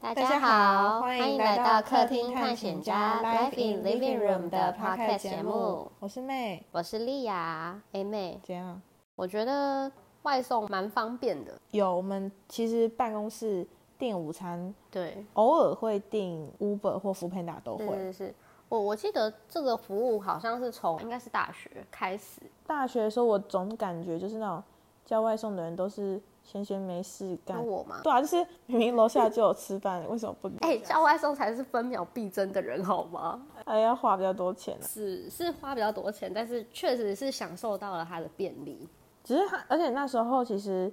大大家家好，好，欢欢迎迎来来到到客客厅厅探探险险家家 Life Life in in Living Living Room Room 的的 Podcast Podcast 节节目目。我是妹，我是莉亚。哎妹，怎样？我觉得外送蛮方便的。有我们其实办公室订午餐，对，偶尔会订 Uber 或 f o o Panda 都是会。是是。我我记得这个服务好像是从应该是大学开始，大学的时候，我总感觉就是那种叫外送的人都是闲闲没事那干。我嘛，对啊，就是明明楼下就有吃饭，为什么不？ 哎、叫外送才是分秒必争的人好吗？哎，要花比较多钱啊。是是花比较多钱，但是确实是享受到了它的便利。只是他，而且那时候其实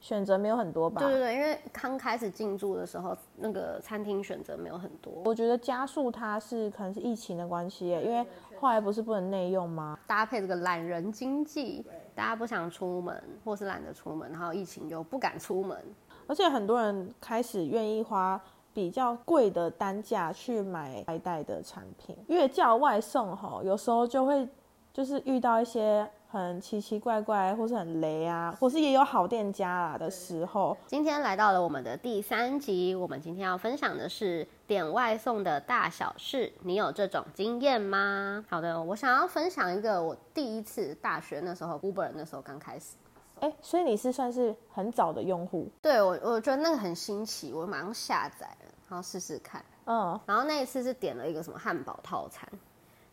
选择没有很多吧。对对对，因为刚开始进驻的时候，那个餐厅选择没有很多，我觉得加速它是可能是疫情的关系耶，因为后来不是不能内用吗？搭配这个懒人经济，大家不想出门或是懒得出门，然后疫情又不敢出门，而且很多人开始愿意花比较贵的单价去买外带的产品，越叫外送吼，有时候就会就是遇到一些很奇奇怪怪，或是很雷啊，或是也有好店家啦的时候，今天来到了我们的第三集，我们今天要分享的是点外送的大小事，你有这种经验吗？好的，我想要分享一个我第一次大学那时候 Uber 那时候刚开始，哎，所以你是算是很早的用户，对我我觉得那个很新奇，我马上下载了，然后试试看。嗯，然后那一次是点了一个什么汉堡套餐，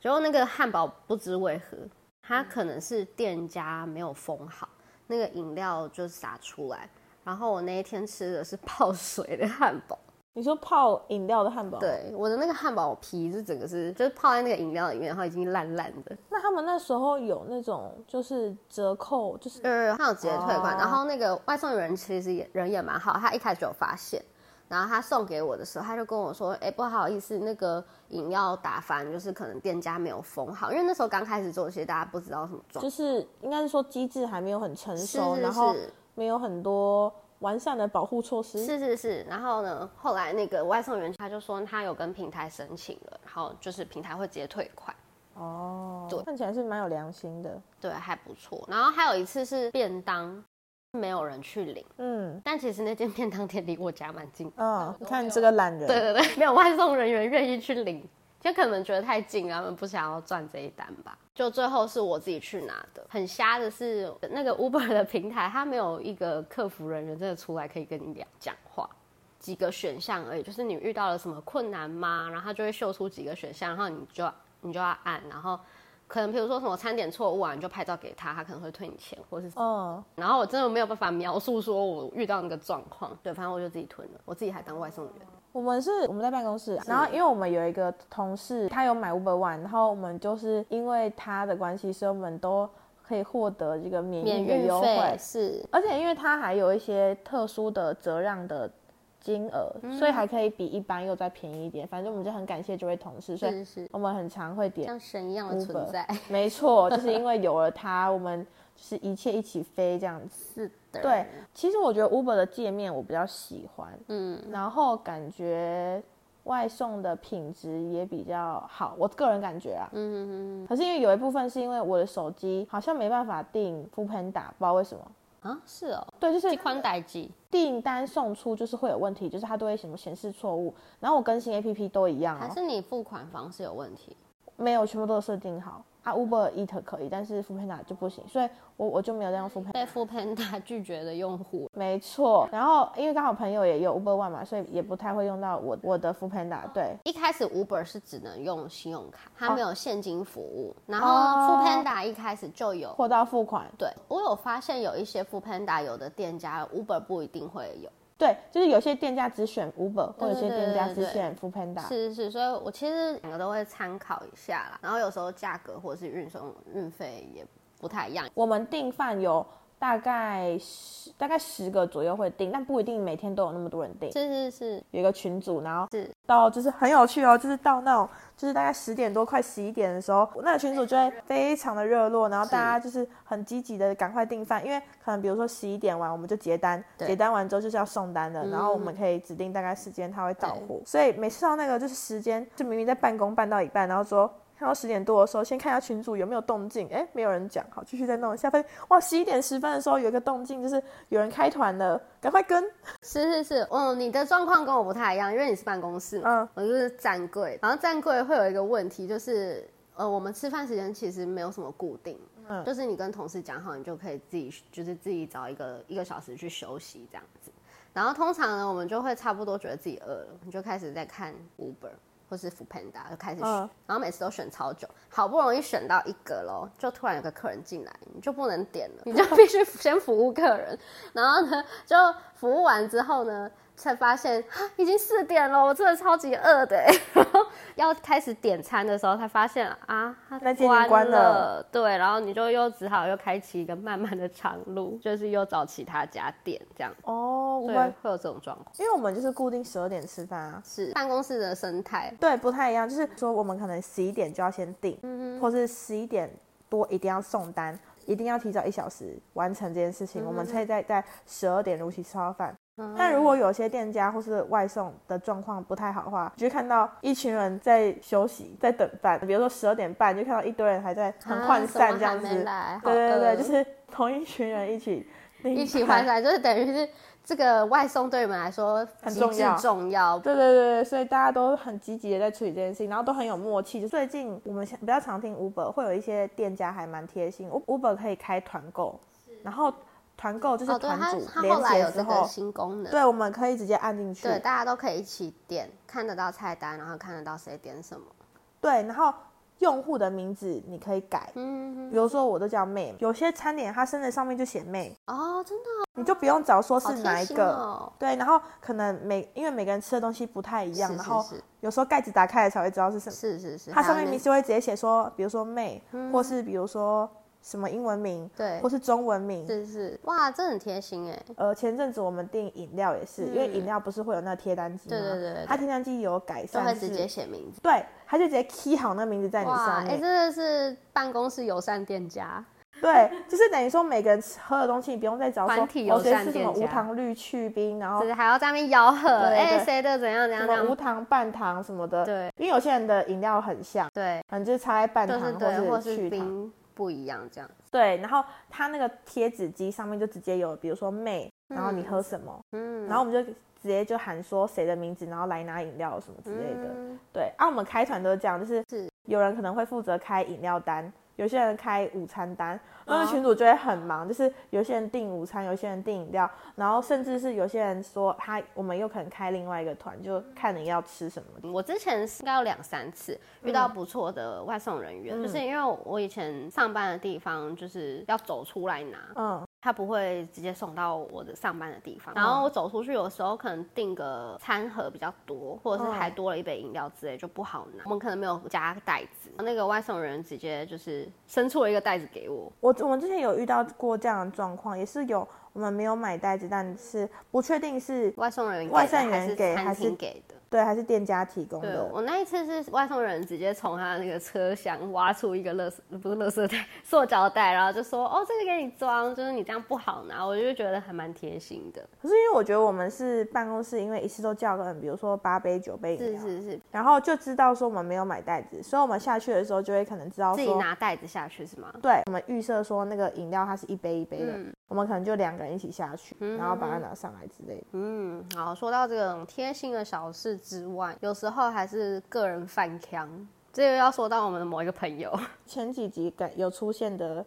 结果那个汉堡不知为何，它可能是店家没有封好，那个饮料就洒出来。然后我那一天吃的是泡水的汉堡，你说泡饮料的汉堡，，对，我的那个汉堡皮是整个是就是泡在那个饮料里面，然后已经烂烂的，那他们那时候有那种就是折扣，就是就是他有直接退款。哦然后那个外送员其实也人也蛮好，他一开始就有发现，然后他送给我的时候，他就跟我说：“哎、不好意思，那个饮料打翻，就是可能店家没有封好，因为那时候刚开始做，其实大家不知道什么状就是应该是说机制还没有很成熟，况，是然后是没有很多完善的保护措施。是是是。然后呢，后来那个外送员他就说他有跟平台申请了，然后就是平台会直接退款。”哦，对看起来是蛮有良心的。对，还不错。然后还有一次是便当，没有人去领，嗯但其实那间便当店离我家蛮近。嗯，你看你这个懒人，对对对，没有外送人员愿意去领，就可能觉得太近了，他们不想要赚这一单吧。就最后是我自己去拿的。很瞎的是，那个 Uber 的平台，它没有一个客服人员真的出来可以跟你讲讲话。几个选项而已，就是你遇到了什么困难吗？然后他就会秀出几个选项，然后你就要你就要按，然后可能比如说什么餐点错误啊，你就拍照给他，他可能会退你钱或是嗯，然后我真的没有办法描述说我遇到那个状况，对，反正我就自己吞了，我自己还当外送员。我们是我们在办公室，然后因为我们有一个同事，他有买 Uber One，然后我们就是因为他的关系，所以我们都可以获得这个免免疫的运优费惠。是而且因为它还有一些特殊的折让的金额，嗯所以还可以比一般又再便宜一点。反正我们就很感谢这位同事，所以是是，我们很常会点。像神一样的存在。没错，就是因为有了它，我们就是一切一起飞这样子。是的，对，，其实我觉得 Uber 的界面我比较喜欢，嗯，然后感觉外送的品质也比较好，我个人感觉啊。嗯嗯嗯。可是因为有一部分是因为我的手机好像没办法订 f o o Panda，不知道为什么。啊，是哦，对，就是这宽带机订单送出就是会有问题，就是它都会什么显示错误，然后我更新 APP 都一样还哦，是你付款方式有问题？没有全部都设定好。啊，Uber Eat 可以，但是 f o o p a n d a 就不行，所以我我就没有这样 f o o p a n d 被 a 富 Panda 拒绝的用户，没错，然后因为刚好朋友也有 Uber One 嘛，所以也不太会用到我我的 f o o p a n d a 对，一开始 Uber 是只能用信用卡，它没有现金服务，然后富哦 Panda 一开始就有。货到付款，对，我有发现有一些富 Panda 有的店家 Uber 不一定会有。对，就是有些店家只选 Uber，或者对有些店家对只对选 f o o p a n d a 是是是，所以我其实两个都会参考一下啦。然后有时候价格或是运送运费也不太一样。我们订饭有大概十大概十个左右会订，但不一定每天都有那么多人订。是是是，有一个群组，然后是到就是很有趣哦，就是到那种就是大概十点多快十一点的时候，那个群组就会非常的热络，然后大家就是很积极的赶快订饭，因为可能比如说十一点完我们就结单，对嗯结单完之后就是要送单的，然后我们可以指定大概时间他会到货，所以每次到那个就是时间，就明明在办公办到一半，然后说看到十点多的时候，先看一下群组有没有动静，哎，没有人讲，好，继续再弄一下。发现哇，十一点十分的时候有一个动静，就是有人开团了，赶快跟。 是是是，嗯，你的状况跟我不太一样，因为你是办公室嘛，嗯我就是站柜，然后站柜会有一个问题，就是呃，我们吃饭时间其实没有什么固定，嗯就是你跟同事讲好，你就可以自己就是自己找一个一个小时去休息这样子。然后通常呢，我们就会差不多觉得自己饿了，你就开始在看 Uber 或是 f o o Panda 就开始选，嗯然后每次都选超久，好不容易选到一个咯，就突然有个客人进来，你就不能点了，你就必须先服务客人，然后呢，就服务完之后呢，才发现啊已经四点了，我真的超级饿的、欸， 然后要开始点餐的时候才发现啊，它那间已经关了对，然后你就又只好又开启一个漫漫的长路，就是又找其他家店这样，哦，我对，们会有这种状况。因为我们就是固定十二点吃饭啊，是办公室的生态，对，不太一样，就是说我们可能十一点就要先订，嗯或是十一点多一定要送单，一定要提早一小时完成这件事嗯情，我们可以在在十二点如期吃到饭。但如果有些店家或是外送的状况不太好的话，就会看到一群人在休息，在等饭。比如说十二点半，就看到一堆人还在很啊涣散怎么这样还没子。来对对对，好饿就是同一群人一起 一一起涣。散，就是等于是这个外送对你们来说很极重致要重要，对对对对，所以大家都很积极的在处理这件事情，然后都很有默契。就最近我们比较常听 Uber，会有一些店家还蛮贴心，U-，Uber 可以开团购，然后团购就是哦，对，团它主它后连来接有之这个后，新功能，对，我们可以直接按进去，对，大家都可以一起点，看得到菜单，然后看得到谁点什么。对，然后用户的名字你可以改，嗯，比如说我都叫妹，有些餐点它甚至上面就写妹，哦，真的哦你就不用找说好是哪贴一心个。哦。对，然后可能每因为每个人吃的东西不太一样，是然后是有时候盖子打开来才会知道是什么。是是是，它还上有面那名字会直接写说，比如说妹，或是比如说什么英文名，对或是中文名。是是，哇，这很贴心哎，呃，前阵子我们订饮料也是，因为饮料不是会有那个贴单机吗？嗯对对对对它贴单机有改都善会是，直接写名字。对，它就直接 key 好那名字在你哇，上哎、面。真的是办公室友善店家，对，就是等于说每个人吃喝的东西，你不用再找说团体哦友谁善吃什么店无家糖绿去冰，然后就是还要在那边吆喝，对哎、对谁的怎样怎什样怎么无样，糖半糖什么的。对因为有些人的饮料很像，对，可能就是插在半就糖是对，或或是去糖。冰不一样这样。对，然后它那个贴纸机上面就直接有，比如说妹，然后你喝什么，嗯，然后我们就直接就喊说谁的名字，然后来拿饮料什么之类的。嗯对，啊，我们开团都是这样，就是是有人可能会负责开饮料单，有些人开午餐单，那哦个群主就会很忙，就是有些人订午餐，有些人订饮料，然后甚至是有些人说他我们又可能开另外一个团，就看你要吃什么。我之前是应该有两三次遇到嗯不错的外送人员，就是因为我以前上班的地方就是要走出来拿，嗯，他不会直接送到我的上班的地方。然后我走出去，有时候可能订个餐盒比较多，或者是嗯还多了一杯饮料之类，就不好拿。我们可能没有加袋子，那个外送人直接就是伸出了一个袋子给我，我我们之前有遇到过这样的状况，也是有我们没有买袋子，但是不确定是外送人给的外送人给还是还餐是厅给的。对还是店家提供对的。我那一次是外送人直接从他那个车厢挖出一个垃圾，不是垃圾袋，塑胶袋，然后就说：“哦，这个给你装，就是你这样不好拿。”我就觉得还蛮贴心的。可是因为我觉得我们是办公室，因为一次都叫个人，比如说八杯九杯饮是料，是是，然后就知道说我们没有买袋子，所以我们下去的时候就会可能知道自己说，拿袋子下去是吗？对，我们预设说那个饮料它是一杯一杯的，嗯我们可能就两个人一起下去，然后把它拿上来之类的。嗯，好，说到这种贴心的小事之外，有时候还是个人犯腔。这个要说到我们的某一个朋友，前几集感有出现的，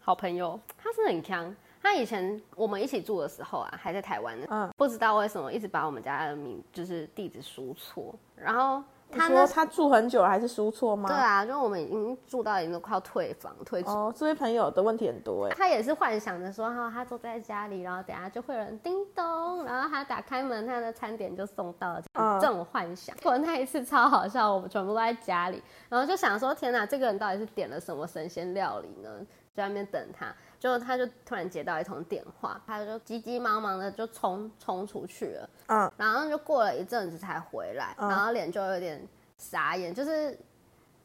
好朋友，他是很强。他以前我们一起住的时候啊，还在台湾呢，嗯不知道为什么一直把我们家的名就是地址输错，然后你他说呢，他住很久了还是输错吗？啊对啊，就我们已经住到已经都快要退房退租。哦，这位朋友的问题很多哎、他也是幻想着说，哈，他坐在家里，然后等下就会有人叮咚，然后他打开门，他的餐点就送到了，嗯这种幻想。结果那一次超好笑，我们全部都在家里，然后就想说，天哪，这个人到底是点了什么神仙料理呢？就在那边等他，结果他就突然接到一通电话，他就急急忙忙的就冲冲出去了，嗯，然后就过了一阵子才回来，嗯然后脸就有点傻眼，就是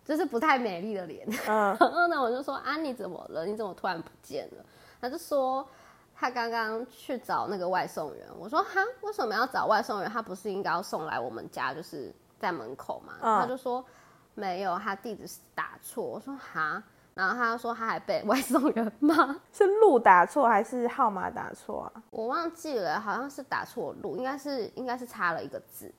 就是不太美丽的脸。嗯， 然后呢，我就说啊，你怎么了？你怎么突然不见了？他就说他刚刚去找那个外送员。我说哈，为什么要找外送员？他不是应该要送来我们家，就是在门口嘛？嗯他就说没有，他地址是打错。我说哈，然后他说他还被外送员骂， 是路打错还是号码打错啊？我忘记了，好像是打错路，应该是应该是差了一个字。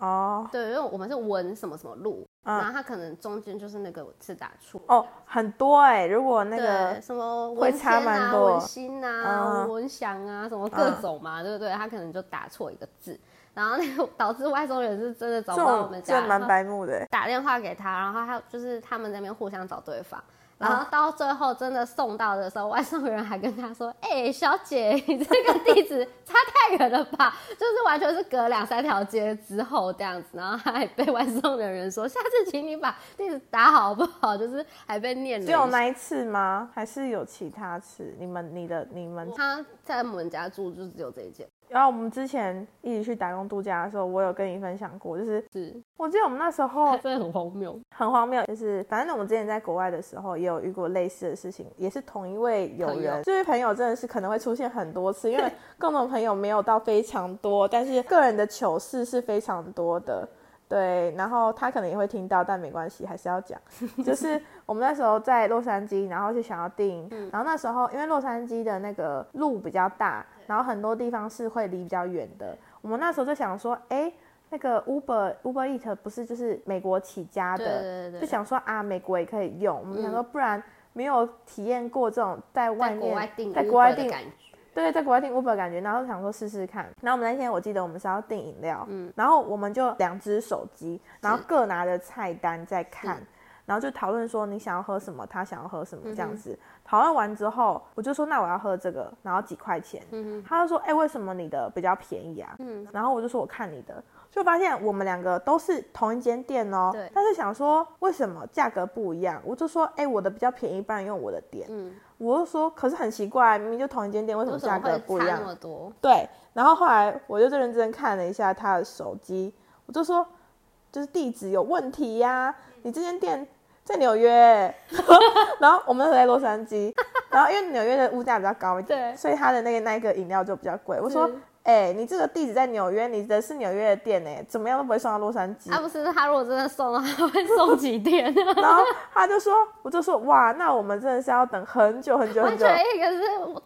哦对，因为我们是文什么什么路，嗯然后他可能中间就是那个字打错。哦，很多哎、如果那对，个什么文天差蛮啊、多文心啊、嗯文祥啊，什么各种嘛，对不对？他可能就打错一个字，然后那个 导致外送人是真的找这不到我种们家，这蛮然后白目的、欸，打电话给他，然后他就是他们在那边互相找对啊方，然后到最后真的送到的时候，外送员还跟他说：“哎、小姐，你这个地址差太远了吧？就是完全是隔两三条街之后这样子。”然后他还被外送的人说：“下次请你把地址打好好不好？”就是还被念了只一下有那一次吗？还是有其他次？你们、你的、你们？他在我们家住就只有这一件，然后我们之前一起去打工度假的时候，我有跟你分享过，就是是我记得我们那时候他真的很荒谬。很荒谬，就是反正我们之前在国外的时候也有遇过类似的事情，也是同一位友朋人友，这位朋友真的是可能会出现很多次，因为 共同朋友没有到非常多，但是个人的糗事是非常多的。对，然后他可能也会听到，但没关系，还是要讲。就是 我们那时候在洛杉矶，然后就想要订，嗯然后那时候因为洛杉矶的那个路比较大，然后很多地方是会离比较远的。我们那时候就想说，哎，那个 Uber Uber Eat 不是就是美国起家的，对对对就对，想说啊，美国也可以用。我们想说，不然没有体验过这种在外在面国外订，在国外订订感觉，对，在国外订 Uber 感觉，然后想说试试看。然后我们那天我记得我们是要订饮料，嗯然后我们就两只手机，然后各拿着菜单在看，然后就讨论说你想要喝什么，他想要喝什嗯么这样子。讨论完之后，我就说那我要喝这个，然后几块钱。嗯他就说哎、为什么你的比较便宜啊？然后我就说我看你的。就发现我们两个都是同一间店哦对，但是想说为什么价格不一样？我就说，哎、我的比较便宜，不然用我的点。嗯我就说，可是很奇怪，明明就同一间店，为什么为什么价格会不一差那样？么多？对，然后后来我就认真看了一下他的手机，我就说，就是地址有问题呀、你这间店在纽约， 然后我们在洛杉矶，然后因为纽约的物价比较高一点，对所以他的那个那一个饮料就比较贵。我说是，哎、你这个地址在纽约，你的是纽约的店哎、怎么样都不会送到洛杉矶。啊，不是，他如果真的送的话，他会送几 天？然后他就说，我就说，哇，那我们真的是要等很久 很久完很久。全一个哎是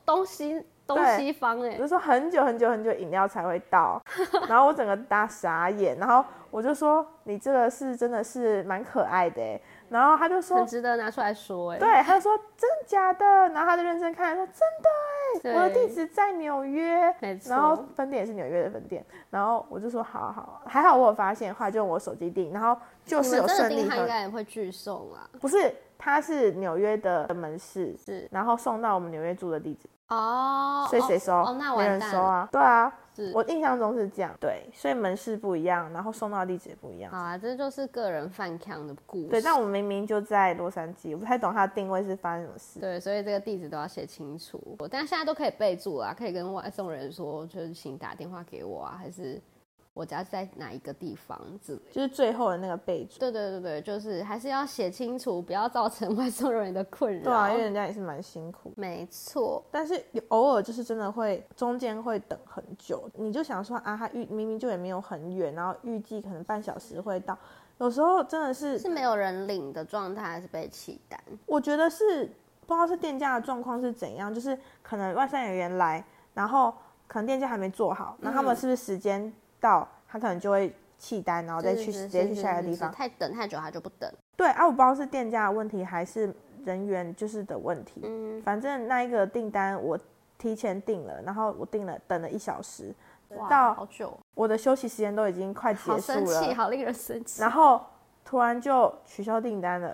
东西东西方哎、我就说很久很久很久饮料才会 到，然后我整个大傻眼，然后我就说你这个是真的是蛮可爱的欸，然后他就嗯说很值得拿出来说哎、对，他就说真的假的，然后他就认真看说真的对欸，我的地址在纽约没，错然后分店也是纽约的分店，然后我就说好啊好啊，还好我有发现，后来就用我手机订，然后就你是们有真的顺利订他应分，该也会拒送啊。不是他是纽约的门市，是然后送到我们纽约住的地址。哦，所以谁收？哦，哦那没完人蛋收了。啊。对啊是，我印象中是这样。对，所以门市不一样，然后送到的地址也不一样好。啊，这就是个人犯强的故事。对，但我明明就在洛杉矶，我不太懂它的定位是发生什么事。对，所以这个地址都要写清楚。我但现在都可以备注啊，可以跟外送人说，就是请打电话给我啊，还是我家在哪一个地方之类的。就是最后的那个备注。对对对对，就是还是要写清楚，不要造成 外送人员的困扰。对啊，因为人家也是蛮辛苦，没错，但是有偶尔就是真的会中间会等很久，你就想说啊，他预明明就也没有很远，然后预计可能半小时会到，有时候真的是是没有人领的状态，还是被弃单？我觉得是不知道是店家的状况是怎样，就是可能外送人员来，然后可能店家还没做好，那、他嗯们是不是时间到，他可能就会弃单，然后再去是是直接去是下一是个地是方。太等太久他就不等。对啊，我不知道是店家的问题还是人员就是的问题。嗯，反正那一个订单我提前订了，然后我订了等了一小时，哇到好久，哦我的休息时间都已经快结好束生气，了，好令人生气。然后突然就取消订单了，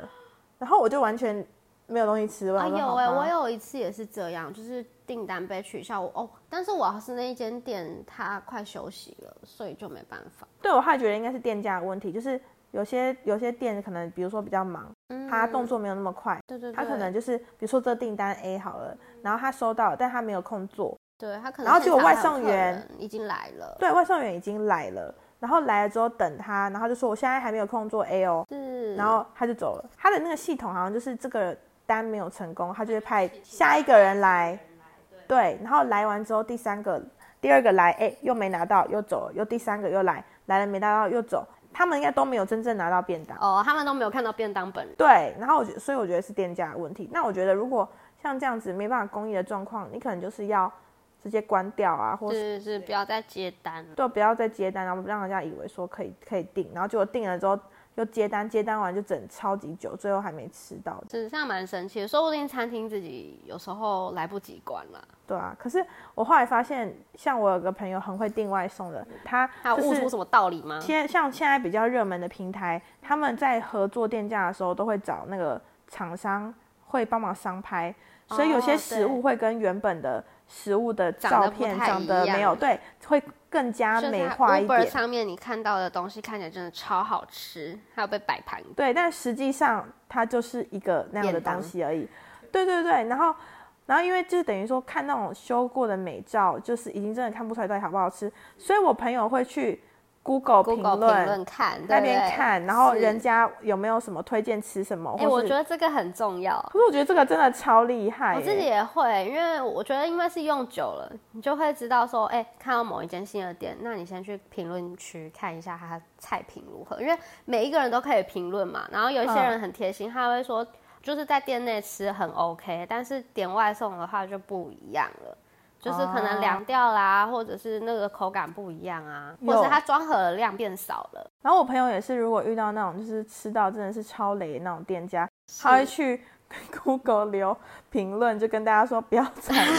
然后我就完全没有东西吃了。啊，我说有好哎、吧我有一次也是这样，就是订单被取消，我哦，但是我是那一间店它快休息了，所以就没办法。对我还觉得应该是店家的问题，就是有些有些店可能比如说比较忙，嗯他动作没有那么快，对对对，他可能就是比如说这订单 A 好了，然后他收到了，但他没有空做，对他可能然后结果现场外还有送客员人已经来了，对，外送员已经来了，然后来了之后等他，然后就说我现在还没有空做 A 哦，是，然后他就走了。他的那个系统好像就是这个单没有成功，他就会派下一个人来，对，然后来完之后第三个、第二个来，哎，又没拿到，又走了，又第三个又来，来了没拿到又走，他们应该都没有真正拿到便当。哦，他们都没有看到便当本人。对，然后我觉所以我觉得是店家的问题。那我觉得如果像这样子没办法供应的状况，你可能就是要直接关掉啊，或是是是，不要再接单了。对，不要再接单，然后让人家以为说可以可以订，然后结果订了之后又接单，接单完就整超级久，最后还没吃到。是这样蛮神奇的，说不定餐厅自己有时候来不及关了，对啊，可是我后来发现，像我有个朋友很会订外送的，他他有就悟是出什么道理吗？现像现在比较热门的平台，他们在合作店家的时候，都会找那个厂商会帮忙商拍，所以有些哦食物对会跟原本的食物的长照得不片太长一得没有样对，会更加就是美它化一 Uber 点。上面你看到的东西看起来真的超好吃，还有被摆盘。对，但实际上它就是一个那样的便当东西而已。对对对，然后然后因为就是等于说看那种修过的美照，就是已经真的看不出来到底好不好吃，所以我朋友会去 Google 评 Google 评论论看，对那不边对看，然后是人家有没有什么推荐吃什么，哎、或是我觉得这个很重要。可是我觉得这个真的超厉害、我自己也会，因为我觉得因为是用久了，你就会知道说，哎、看到某一间新的店，那你先去评论区看一下它菜品如何，因为每一个人都可以评论嘛。然后有一些嗯人很贴心，他会说，就是在店内吃很 OK，但是点外送的话就不一样了。就是可能哦凉掉啦，或者是那个口感不一样啊，或有者它装盒的量变少了。然后我朋友也是，如果遇到那种就是吃到真的是超雷的那种店家，他会去 Google 留评论，就跟大家说不要 踩雷。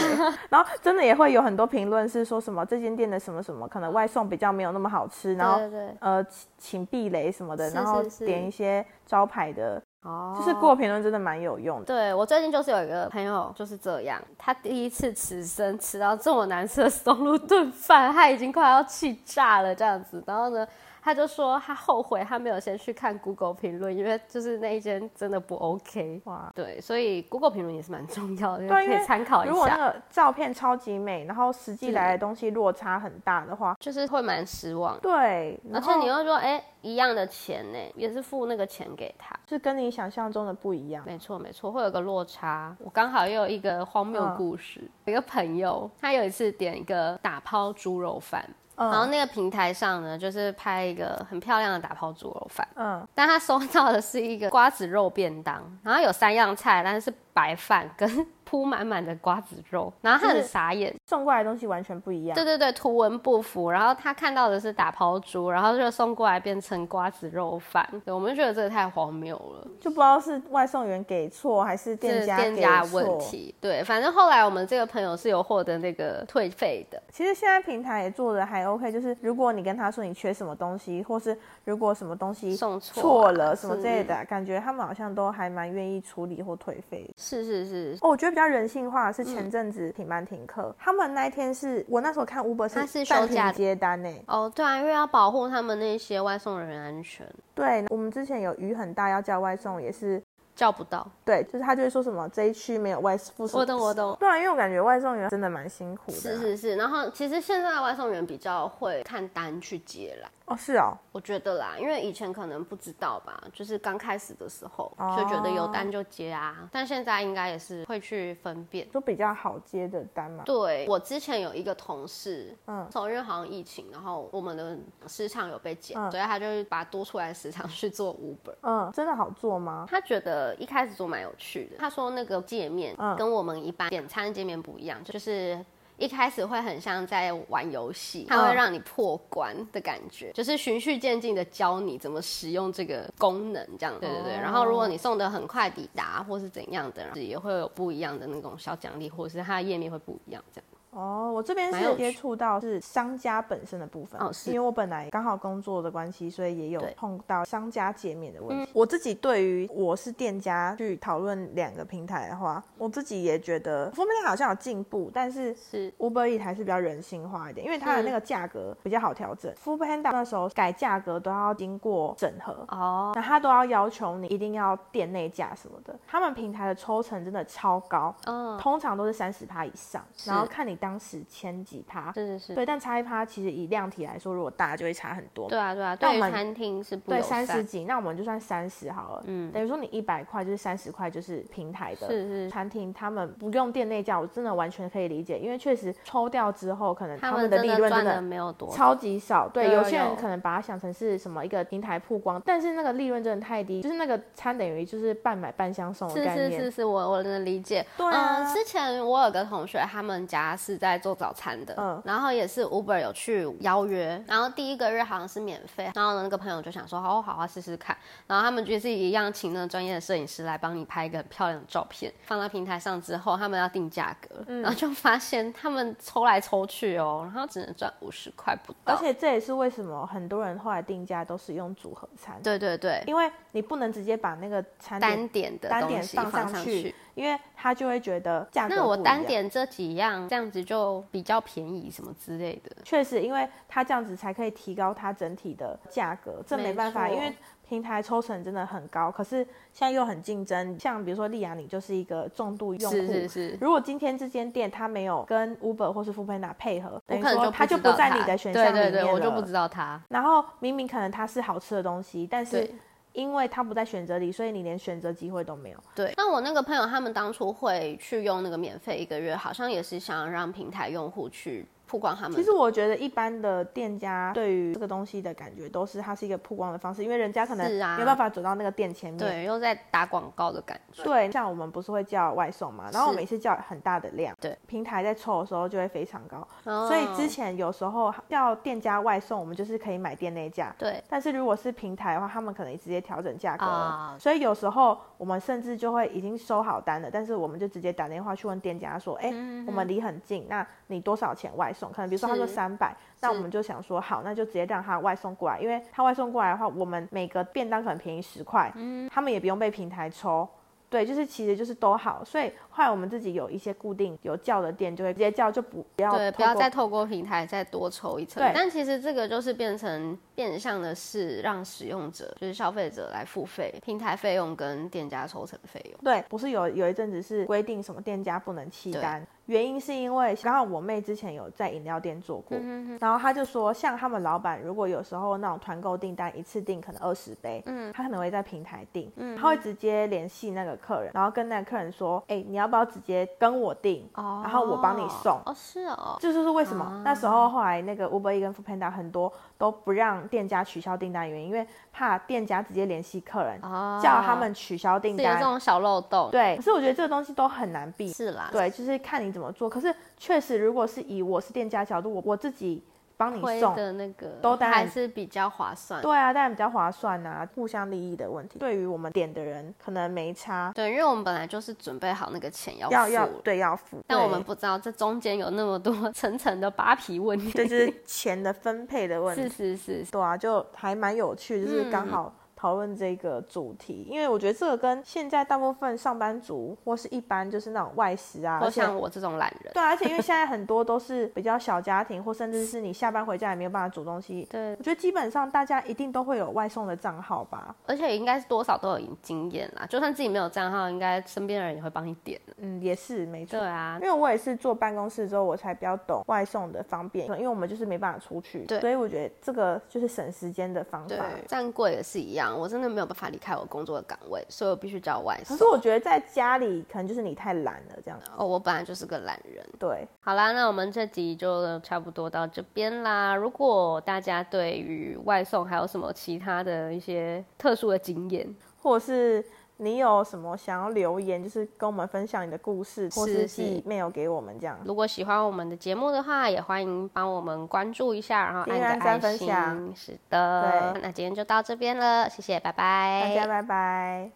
然后真的也会有很多评论是说什么这间店的什么什么，可能外送比较没有那么好吃，然后对对对，呃请请避雷什么的，是然后是是点一些招牌的，哦就是过评论真的蛮有用的。对我最近就是有一个朋友就是这样，他第一次吃生吃到这么难吃的松露炖饭，他已经快要气炸了这样子。然后呢，他就说他后悔他没有先去看 Google 评论，因为就是那一间真的不 OK。哇，对，所以 Google 评论也是蛮重要的，对因可为以参考一如果那下。个照片超级美，然后实际是来的东西落差很大的话，就是会蛮失望，对，而然且后你又说，哎、一样的钱呢，也是付那个钱给他。是跟你想象中的不一样。没错，没错，会有个落差。我刚好也有一个荒谬嗯故事，有一个朋友，他有一次点一个打抛猪肉饭，然后嗯那个平台上呢，就是拍一个很漂亮的打抛猪肉饭，嗯，但他收到的是一个瓜子肉便当，然后有三样菜，但是是白饭跟铺满满的瓜子肉，然后他就很是傻眼，送过来的东西完全不一样对。对对，图文不符。然后他看到的是打抛猪，然后就送过来变成瓜子肉饭，对，我们就觉得这个太荒谬了。就不知道是外送员给错还是店是家店给家错问。题。对，反正后来我们这个朋友是有获得那个退费的。其实现在平台也做的还 OK，就是如果你跟他说你缺什么东西，或是如果什么东西送错啊嗯错了什么之是类的，感觉他们好像都还蛮愿意处理或退费的。是是是，哦，我觉得比较人性化的是嗯前阵子停班停课，他们那一天是我那时候看 Uber 他是休假暂停的接单呢、欸哦，对啊，因为要保护他们那些外送人员安全，对，我们之前有雨很大要叫外送，也是叫不到。对，就是他就会说什么这一区没有外送，我懂我懂。对啊，因为我感觉外送员真的蛮辛苦的啊、是是是，然后其实现在的外送员比较会看单去接啦。哦是哦，我觉得啦，因为以前可能不知道吧，就是刚开始的时候就觉得有哦单就接啊，但现在应该也是会去分辨。就比较好接的单嘛。对我之前有一个同事，嗯嗯，从因为好像疫情，然后我们的时长有被减，嗯所以他就是把多出来的时长去做 Uber。嗯，真的好做吗？他觉得一开始做蛮有趣的，他说那个界面嗯跟我们一般点餐的界面不一样，就是。一开始会很像在玩游戏，它嗯会让你破关的感觉，就是循序渐进的教你怎么使用这个功能，这样对对对。然后如哦果你送的很快抵达或是怎样的，也会有不一样的那种小奖励，或者是它的页面会不一样这样。哦，我这边是蛮有有趣接触到是商家本身的部分，哦是因为我本来刚好工作的关系，所以也有对嗯碰到商家界面的问题。我自己对于我是店家去讨论两个平台的话，我自己也觉得方便面好像有进步，但是是 Uber E 还是比较人性化一点，因为它的嗯那个价格比较好调整。f o o d Panda 那时候改价格都要经过整合，哦，那他都要要求你一定要店内价什么的。他们平台的抽成真的超高，嗯，通常都是三十趴以上，然后看你当时前几趴，是是是，对，但差一趴其实以量体来说，如果大就会差很多嘛。对啊对啊，那对于我们餐厅是不对，友三善，十几，那我们就算三十好了。嗯，等于说你一百块就是三十块，就是平台的。是是餐厅他们不用店内价，我真的完全可以理解，因为确实抽掉之后，可能他们们的真利的润赚真的的没有多少，超级少。对，有有有些人有可能把它想成是什么一个平台曝光，但是那个利润真的太低，就是那个餐等于就是半买半相送的是概是念。是是，我我能理解。对啊嗯，之前我有个同学，他们家是在做早餐的，嗯然后也是 Uber 有去邀约，然后第一个月好像是免费，然后呢那个朋友就想说，好好好试试看，然后他们就是一样请那个专业的摄影师来帮你拍一个很漂亮的照片，放到平台上之后，他们要定价格，嗯然后就发现他们抽来抽去哦，然后只能赚五十块不而到，且这也是为什么很多人后来定价都是用组合餐，对对对，因为你不能直接把那个餐点单点的单东点西放上上去，因为他就会觉得价格那我不一单样点这几样，这样子就比较便宜什么之类的。确实，因为它这样子才可以提高它整体的价格，这没办法，没因错为平台抽成真的很高，可是现在又很竞争。像比如说丽雅，你就是一个重度用户。是是是，如果今天这间店它没有跟 Uber 或是 f o o p a n d a 配合，我等于可能说就它就知道不在你的选项里对面对对，我就了不知道它。然后明明可能它是好吃的东西，但是对因为它不在选择里，所以你连选择机会都没有。对，那我那个朋友他们当初会去用那个免费一个月，好像也是想要让平台用户去曝光他们。其实我觉得一般的店家对于这个东西的感觉都是它是一个曝光的方式，因为人家可能是啊没有办法走到那个店前面。对，又在打广告的感觉。对，像我们不是会叫外送嘛，然后我是们也是叫很大的量，对，平台在抽的时候就会非常高，哦所以之前有时候叫店家外送，我们就是可以买店内价。对但是如果是平台的话，他们可能直接调整价格了，啊所以有时候我们甚至就会已经收好单了，但是我们就直接打电话去问店家说，哎、我们离很近，那你多少钱外送？可能比如说他说嗯是三百，那我们就想说好，那就直接让他外送过来，因为他外送过来的话，我们每个便当可能便宜十块，嗯他们也不用被平台抽。对，就是其实就是都好，所以后来我们自己有一些固定有叫的店，就会直接叫，就不不要对，哦透不要过再透过平台再多抽一层对。但其实这个就是变成变相的是让使用者，就是消费者来付费，平台费用跟店家抽成费用。对，不是有有一阵子是规定什么店家不能弃单，原因是因为刚好我妹之前有在饮料店做嗯过，然后她就说，像他们老板如果有时候那种团购订单一次订可能二十杯，嗯，他可能会在平台订，嗯，他会直接联系那个客人，然后跟那个客人说，哎、你要不要直接跟我订，哦，然后我帮你送。哦，是哦，这就是为什么、那时候后来那个 Uber E 跟 f o o Panda 很多都不让店家取消订单，原因因为怕店家直接联系客人，哦叫他们取消订是有单这，种小漏洞。，对，可是我觉得这个东西都很难避。是啦，对，就是看你怎么做。可是确实，如果是以我是店家角度，我我自己帮你亏送，的那个都当然还是比较划算。对啊，当然比较划算啊，互相利益的问题。对于我们点的人，可能没差，对，因为我们本来就是准备好那个钱要付，要要对要付。但我对们不知道这中间有那么多 层层的扒皮问题。对就是钱的分配的问是题，是是，对啊，就还蛮有趣，就是刚嗯好。讨论这个主题，因为我觉得这个跟现在大部分上班族或是一般就是那种外食啊，或而且像我这种懒人，对啊，而且因为现在很多都是比较小家庭，或甚至是你下班回家也没有办法煮东西。对我觉得基本上大家一定都会有外送的账号吧。而且应该是多少都有经验啦。就算自己没有账号，应该身边的人也会帮你点的。嗯，也是没对错。啊因，为我也是坐办公室之后，我才比较懂外送的方便，因为我们就是没办法出去，对所以我觉得这个就是省时间的方法对。，站柜也是一样，我真的没有办法离开我工作的岗位，所以我必须叫外可送是。我觉得在家里可能就是你太懒了，这样哦，我本来就是个懒人。对。好啦，那我们这集就差不多到这边啦。如果大家对于外送还有什么其他的一些特殊的经验，或者是你有什么想要留言，就是跟我们分享你的故事，或是是是寄 mail 给我们这样。如果喜欢我们的节目的话，也欢迎帮我们关注一下，然后订按阅个按赞爱分享心。是的，那今天就到这边了，谢谢，拜拜，大家拜拜。